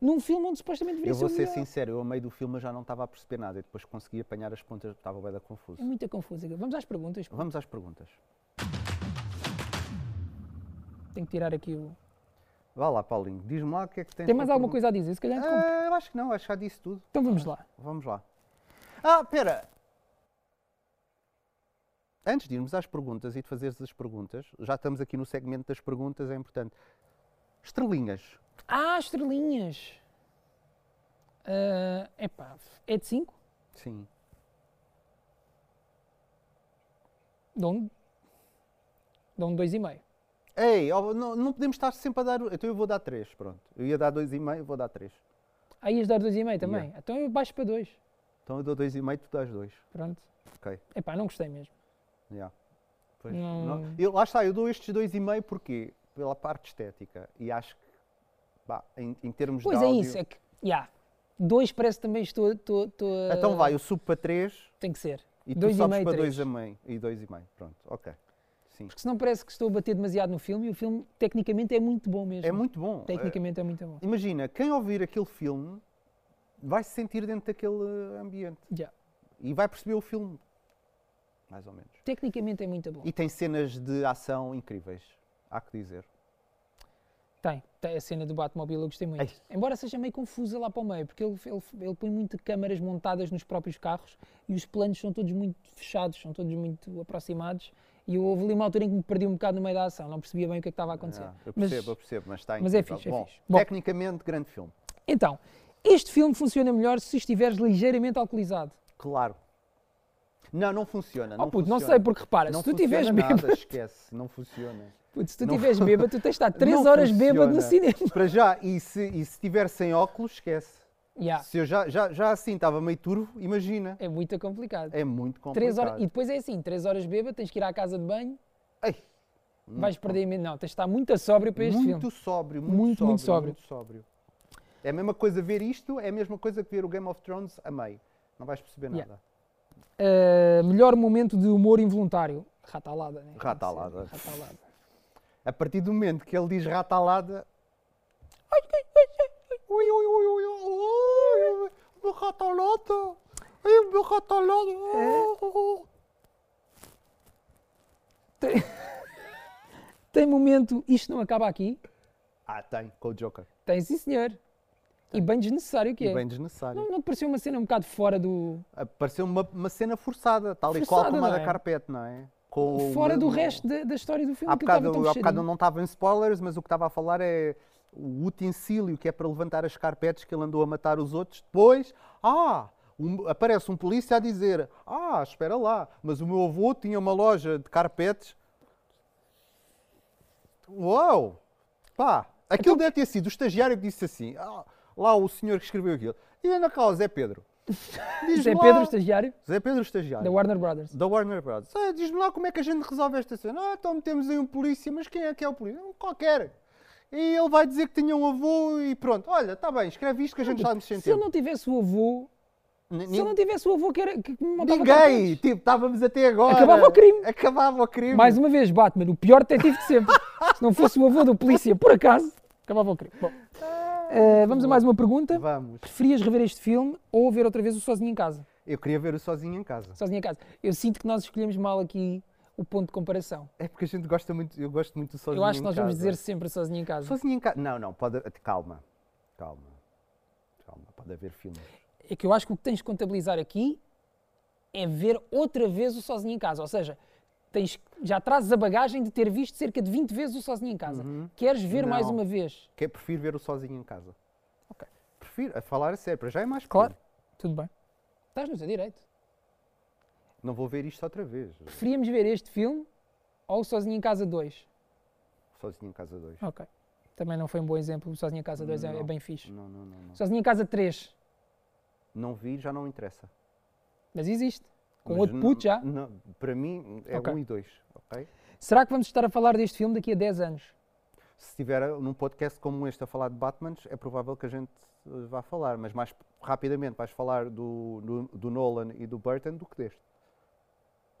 num filme onde supostamente deveria Eu vou ser o ser melhor. sincero, eu a meio do filme eu já não estava a perceber nada e depois consegui apanhar as pontas, estava bem da confuso. É muito confuso. Vamos às perguntas. pô. Vamos às perguntas. Tenho que tirar aqui o... Vá lá, Paulinho, diz-me lá o que é que tens Tem mais para alguma perguntar. coisa a dizer? Se calhar interrompo. Ah, eu acho que não, acho que já disse tudo. Então vamos lá. Vamos lá. Ah, pera! Antes de irmos às perguntas e de fazeres as perguntas, já estamos aqui no segmento das perguntas, é importante. Estrelinhas. Ah, estrelinhas! Ah, epá, é de 5? Sim. Dão-me dão 2,5. Ei, ó, não, não podemos estar sempre a dar. Então eu vou dar 3, pronto. Eu ia dar 2,5, vou dar 3. Aí Ah, ias dar 2,5 também? Então eu baixo para 2. Então eu dou 2,5, tu dás 2. Pronto. Ok. Epá, não gostei mesmo. Yeah. Pois, Não- não- eu, lá está, eu dou estes 2,5 porquê? Pela parte estética. E acho que, pá, em, em termos Pois de. é áudio- isso, é que. Ya. 2 parece que também estou. estou, estou a- Então vai, eu subo para 3 Tem que ser. e tu Dois e sobes meio, para três. 2,5. E 2,5. Pronto, ok. Sim. Porque senão parece que estou a bater demasiado no filme e o filme tecnicamente é muito bom mesmo. É muito bom. Eh, Tecnicamente é muito bom. Imagina, quem ouvir aquele filme vai se sentir dentro daquele ambiente Ya. e vai perceber o filme. Mais ou menos. Tecnicamente é muito bom. E tem cenas de ação incríveis, há que dizer. Tem, tem a cena do Batmobile, eu gostei muito. Ai. Embora seja meio confusa lá para o meio, porque ele, ele, ele põe muito câmaras montadas nos próprios carros e os planos são todos muito fechados, são todos muito aproximados. E eu houve ali uma altura em que me perdi um bocado no meio da ação, não percebia bem o que, é que estava a acontecer. Ah, eu Mas- percebo, eu percebo, mas está mas é incrível. fixe, é Bom, fixe. Bom. Tecnicamente, grande filme. Então, este filme funciona melhor se estiveres ligeiramente alcoolizado. Claro. Não, não funciona. Não, não, Oh, puto, não funciona. sei, porque repara, Não se tu funciona estiveres nada, bêbado, esquece, não funciona. puto, se tu Não estiveres bêbado, tu tens de estar 3 Não horas bêbado no funciona. cinema. Para já, e se, e se tiver sem óculos, esquece. Yeah, Se eu já, já, já assim estava meio turvo, imagina. é muito complicado. É muito complicado. Três horas, e depois é assim, 3 horas bêbado, tens que ir à casa de banho, Ei, Vais perder imen- Não, tens de estar muito a sóbrio para este muito filme. sóbrio, Muito, muito, muito sóbrio, muito sóbrio. É a mesma coisa ver isto, é a mesma coisa que ver o Game of Thrones a meio. Não vais perceber Yeah. nada. Uh, melhor momento de humor involuntário. Ratalada, né? Tem que ser Ratalada. Ratalada. A partir do momento que ele diz ratalada. Ui, ui, ui, ui, ui, ui, meu ratalada! Ai, meu ratalada! É? Tem momento, isto não acaba aqui. Ah, tem, com o Joker. Tem sim, senhor. E bem desnecessário que E é. bem desnecessário. Não, não te pareceu uma cena um bocado fora do. Apareceu uma, uma cena forçada, tal e Forçada, qual como a não é? da carpete, não é? Com o- fora do o- resto da, da história do filme. Há que estava bocado, há tão bocado um eu fechadinho. não estava em spoilers, mas o que estava a falar é o utensílio que é para levantar as carpetes que ele andou a matar os outros. Depois, ah, um- aparece um polícia a dizer: Ah, espera lá, mas o meu avô tinha uma loja de carpetes. Uau! Pá, aquilo Então- deve ter sido o estagiário que disse assim: "Ah, lá o senhor que escreveu aquilo. E anda cá o Zé Pedro. Diz-me Zé lá- Pedro, estagiário, Zé Pedro, estagiário. da Warner Brothers. Da Warner Bros. Ah, Diz-me lá como é que a gente resolve esta cena. Ah, então metemos aí um polícia, mas quem é que é o polícia? Um qualquer. E ele vai dizer que tinha um avô e pronto. Olha, está bem, escreve isto que a gente está a nos Se sentir. ele não tivesse o avô. Se ele não tivesse o avô que, era, que me montava Ninguém! carpetes. Tipo, estávamos até agora. Acabava o crime. Acabava o crime. Mais uma vez, Batman, o pior detetive de sempre. Se não fosse o avô do polícia, por acaso, acabava o crime. Bom, Ah, vamos a mais uma pergunta. Vamos. Preferias rever este filme ou ver outra vez o Sozinho em Casa? Eu queria ver o sozinho em casa. Sozinho em Casa. Eu sinto que nós escolhemos mal aqui o ponto de comparação. É porque a gente gosta muito, eu gosto muito do sozinho Eu acho que nós em vamos casa. dizer sempre Sozinho em Casa. Sozinho em casa. Não, não, pode. Calma. Calma. Calma, pode haver filmes. É que eu acho que o que tens de contabilizar aqui é ver outra vez o Sozinho em Casa. Ou seja, tens, já trazes a bagagem de ter visto cerca de 20 vezes o Sozinho em Casa. Queres ver mais Uhum. Não. uma vez? Que eu prefiro ver o sozinho em casa. Ok. Prefiro, a falar a sério, para já é mais Claro. pequeno. Tudo bem. Estás no teu direito. Não vou ver isto outra vez. Preferíamos ver este filme ou o Sozinho em Casa 2? Sozinho em casa 2. Ok. Também não foi um bom exemplo. O Sozinho em Casa 2 é, é Não. bem fixe. Não, não, não, não. Sozinho em Casa 3. Não vi, já não interessa. Mas existe. Com Mas outro não- puto já. não, para mim é Ok. um e dois, ok? Será que vamos estar a falar deste filme daqui a 10 anos? Se estiver a- num podcast como este a falar de Batman, é provável que a gente eh, vá falar, mas mais rapidamente vais falar do, do, do Nolan e do Burton do que deste.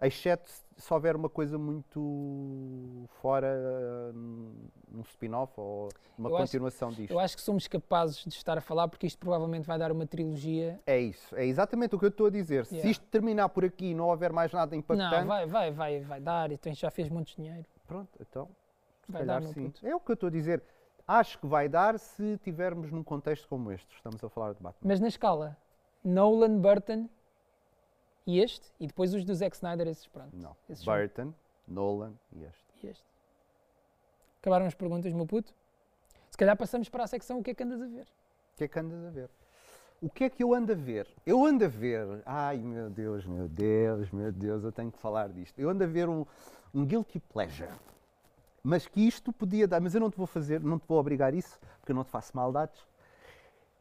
Exceto se- se houver uma coisa muito fora, eh, num num spin-off ou uma Eu acho- continuação disto. Eu acho que somos capazes de estar a falar porque isto provavelmente vai dar uma trilogia. É isso, é exatamente o que eu estou a dizer. Yeah. Se isto terminar por aqui e não houver mais nada impactante, Não, vai, vai, vai, vai dar. Então já fez muitos dinheiro. pronto, então, se Vai calhar dar, não, sim. puto. É o que eu estou a dizer. Acho que vai dar se tivermos num contexto como este. Estamos a falar de Batman. Mas na escala, Nolan, Burton e este, e depois os do Zack Snyder, esses pronto. Não. Esses são- Burton, Nolan e este. E este. Acabaram as perguntas, meu puto? Se calhar passamos para a secção o que é que andas a ver. O que é que andas a ver? O que é que eu ando a ver? Eu ando a ver. Ai meu Deus, meu Deus, meu Deus, eu tenho que falar disto. Eu ando a ver um, um guilty pleasure. Mas que isto podia dar. Mas eu não te vou fazer, não te vou obrigar isso, porque eu não te faço maldades.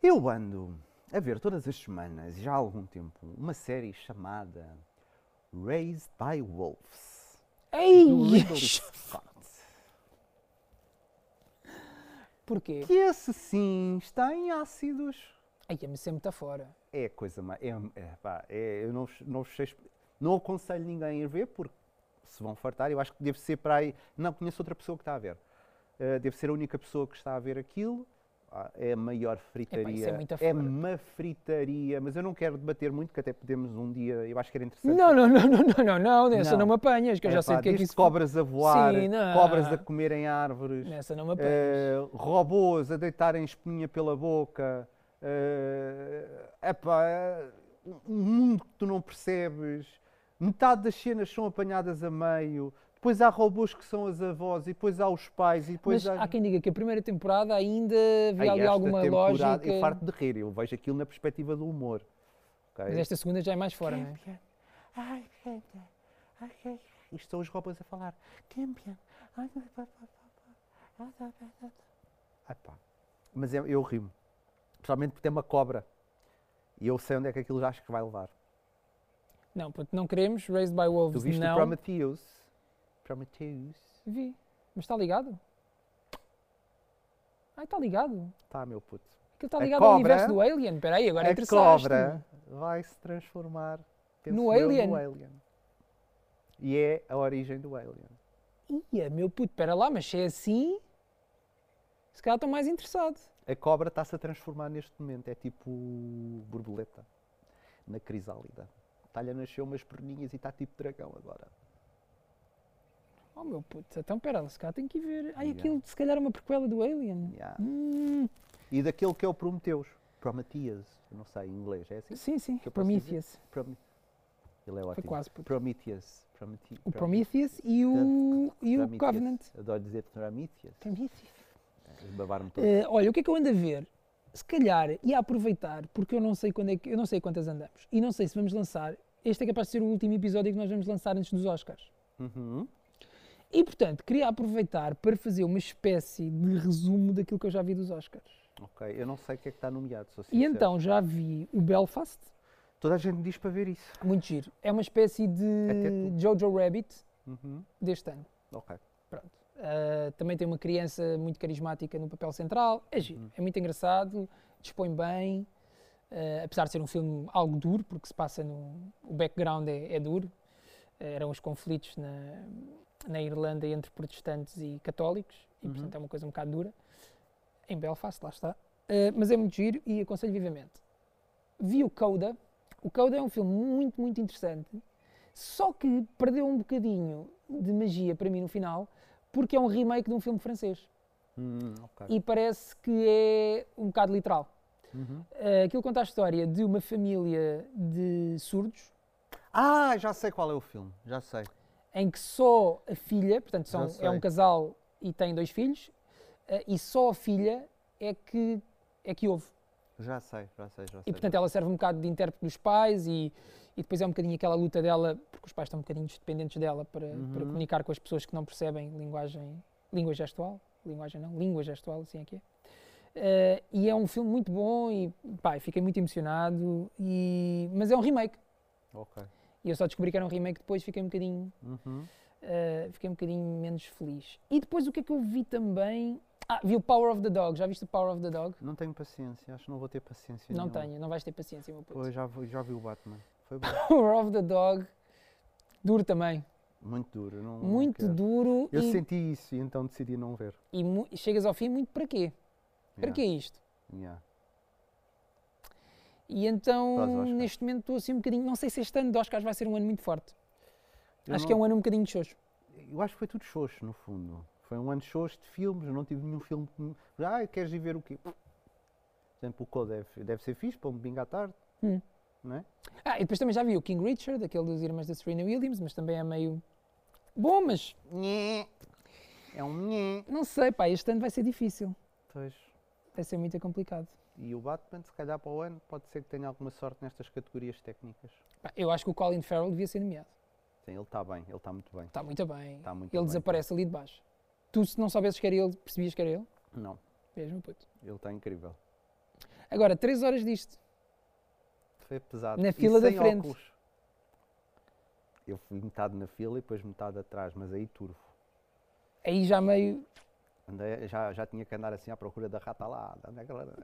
Eu ando a ver todas as semanas, já há algum tempo, uma série chamada Raised by Wolves. Do Ei! Ridley Scott. Porquê? Que esse sim está em ácidos. Ai, mas isso é muito fora. é a coisa mais. É, é, pá, é- eu não, vos- não, vos sei exp- não aconselho ninguém a ir ver porque se vão fartar. Eu acho que deve ser para aí. Não, conheço outra pessoa que está a ver. Eh, deve ser a única pessoa que está a ver aquilo. Ah, É a maior fritaria. é muita é fora. uma fritaria, mas eu não quero debater muito, que até podemos um dia. Eu acho que era interessante. Não, não, não, não, não, não, não, nessa não, Não. me apanhas, que eu já É sei pá, o que é que desde isso Cobras a voar, Sim, não. cobras a comer em árvores. Nessa não me apanhas. Eh, robôs a deitarem espinha pela boca, eh, epá, eh, um mundo que tu não percebes, metade das cenas são apanhadas a meio, depois há robôs que são as avós, e depois há os pais, e depois mas há... há quem diga que a primeira temporada ainda Ei, havia ali esta alguma temporada, lógica. Eu farto de rir, eu vejo aquilo na perspectiva do humor. ok? Mas esta segunda já é mais fora, não é? Campion. Ai, Campion. Ai, ai. Isto são os robôs a falar. Campion. Ai, pá, pá, pá, pá. Ah, tá, tá, tá, tá. Ai, pá. Mas eu, eu rimo. Principalmente porque tem uma cobra. E eu sei onde é que aquilo já acho que vai levar. Não, porque não queremos. Raised by Tu Wolves, viste não. o Prometheus? Prometheus? Vi. Mas está ligado? Ai, está ligado. Tá, meu puto. Aquilo está A ligado ao cobra- universo do Alien. Espera aí, agora é a interessaste cobra vai se transformar penso No eu, Alien? no Alien. E é a origem do Alien. Ia, meu puto, espera lá, mas se é assim, se calhar estou mais interessado. A cobra está-se a transformar neste momento, é tipo borboleta na crisálida. Está-lhe a nascer umas perninhas e está tipo dragão agora. Oh, meu puto, então espera lá, se calhar tenho que ir ver. Ai, Yeah. aquilo se calhar é uma prequela do Alien. Yeah. Hum, E daquele que é o Prometeus, Prometheus, eu não sei em inglês, é assim? sim, sim, Que eu posso dizer? Prometheus. Prome- Ele é ótimo. quase, puto. Prometheus. Promete- O Prome- Prometheus e o, e o Prometheus. Covenant. Adoro dizer Prometheus. é, Prometheus. Babar-me todo. Eh, olha, o que é que eu ando a ver? Se calhar ia aproveitar, porque eu não sei quando é que, eu não sei quantas andamos e não sei se vamos lançar. Este é capaz de ser o último episódio que nós vamos lançar antes dos Oscars. Uhum. E portanto, queria aproveitar para fazer uma espécie de resumo daquilo que eu já vi dos Oscars. Ok, eu não sei o que é que está nomeado, sou E sincero. então já vi o Belfast, Toda a gente me diz para ver isso. muito giro. É uma espécie Até de tu. Jojo Rabbit Uhum. deste ano. Ok. Pronto. Ah, também tem uma criança muito carismática no papel central. É giro, é muito engraçado, dispõe bem. ah, apesar de ser um filme algo duro, porque se passa no. O background é, é duro. Ah, eram os conflitos na, na Irlanda entre protestantes e católicos, e portanto é uma coisa um bocado dura. Em Belfast, lá está. Eh, mas é muito giro e aconselho vivamente. Vi o Coda. O Coda é um filme muito, muito interessante. Só que perdeu um bocadinho de magia para mim no final, porque é um remake de um filme francês. Hum, ok. E parece que é um bocado literal. Uhum. Eh, aquilo conta a história de uma família de surdos Ah, já sei qual é o filme, já sei. em que só a filha, portanto, são- Já sei. é um casal e tem dois filhos, eh, e só a filha é que, é que ouve. Já sei, já sei, já sei. E portanto ela serve um bocado de intérprete dos pais e, e depois é um bocadinho aquela luta dela, porque os pais estão um bocadinho dependentes dela para, para Uhum. comunicar com as pessoas que não percebem linguagem, língua gestual, linguagem não, língua gestual, assim é que é. Eh, e é um filme muito bom e pá, eu fiquei muito emocionado, e, mas é um remake. Ok. E eu só descobri que era um remake depois, fiquei um bocadinho Uhum. Uh, fiquei um bocadinho menos feliz. E depois o que é que eu vi também? Ah, vi o Power of the Dog. Já viste o Power of the Dog? Não tenho paciência, acho que não vou ter paciência não nenhuma. tenho, não vais ter paciência, meu puto. Pois, já, vi- já vi o Batman. Foi bom. Power of the Dog, duro também. muito duro. Não, não muito quero. duro Hum, Eu e, senti isso e então decidi não ver. e mu- e chegas ao fim muito para quê? Para Yeah, quê isto? yeah. E então, Para os Oscars. neste momento, estou assim um bocadinho. Não sei se este ano de Oscars vai ser um ano muito forte. Eu Acho não- que é um ano um bocadinho de xoxo. Eu acho que foi tudo xoxo, no fundo. Foi um ano xoxo de filmes, eu não tive nenhum filme que me... Ah, queres ir ver o quê? Por exemplo, o Code deve, deve ser fixe para um domingo à tarde. Hum. Não é? Ah, e depois também já vi o King Richard, aquele dos irmãos da Serena Williams, mas também é meio. Bom, mas Nhé. É um nhé. não sei, pá, este ano vai ser difícil. Pois. Vai ser muito complicado. E o Batman, se calhar para o ano, pode ser que tenha alguma sorte nestas categorias técnicas. Pá, Eu acho que o Colin Farrell devia ser nomeado. Sim, ele está bem, ele está muito bem. Está muito bem. Está muito ele bem, desaparece ali de baixo. Tu, se não soubesses que era ele, percebias que era ele? Não, Mesmo puto. ele está incrível. Agora, 3 horas disto. Foi pesado. Na E fila da sem frente. óculos. Eu fui metade na fila e depois metade atrás, mas aí turvo. Aí já meio. Andei- já, já tinha que andar assim à procura da ratalada. Onde é que ela-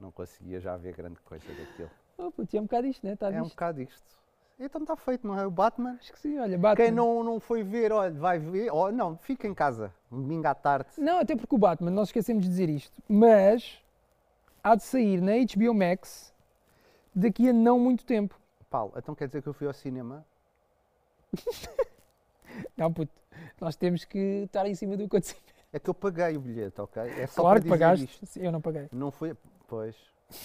Não conseguia já ver grande coisa daquilo. Oh, puto, e é um bocado isto, né? Está É um disto. bocado isto. Então está feito, não é? O Batman. Acho que sim, olha, Batman. Quem não, não foi ver, olha, vai ver. Oh, não, fica em casa. Um domingo à tarde. Não, até porque o Batman, nós esquecemos de dizer isto, mas há de sair na HBO Max daqui a não muito tempo. Paulo, então quer dizer que eu fui ao cinema? Não, puto, nós temos que estar em cima do acontecimento. É que eu paguei o bilhete, ok? É só Claro para que dizer pagaste. isto. Sim, Eu não paguei. Não foi. Pois.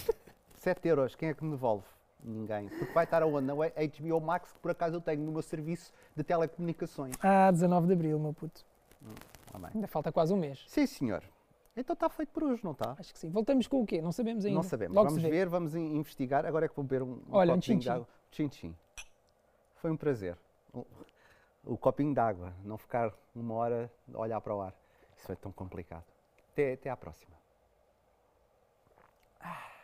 7 euros, quem é que me devolve? Ninguém. Porque vai estar aonde? Na HBO Max, que por acaso eu tenho no meu serviço de telecomunicações. Ah, 19 de Abril, meu puto. Ah, bem. Ainda falta quase um mês. Sim, senhor. Então está feito por hoje, não está? Acho que sim. Voltamos com o quê? Não sabemos ainda. Não sabemos. Logo vamos se vê. ver, vamos in- investigar. Agora é que vou beber um, um Olha, um copinho tchim-tchim. de água. Tchim-tchim. Foi um prazer. O, o copinho de água, não ficar uma hora a olhar para o ar. Isso é tão complicado. Até, até à próxima. Ah.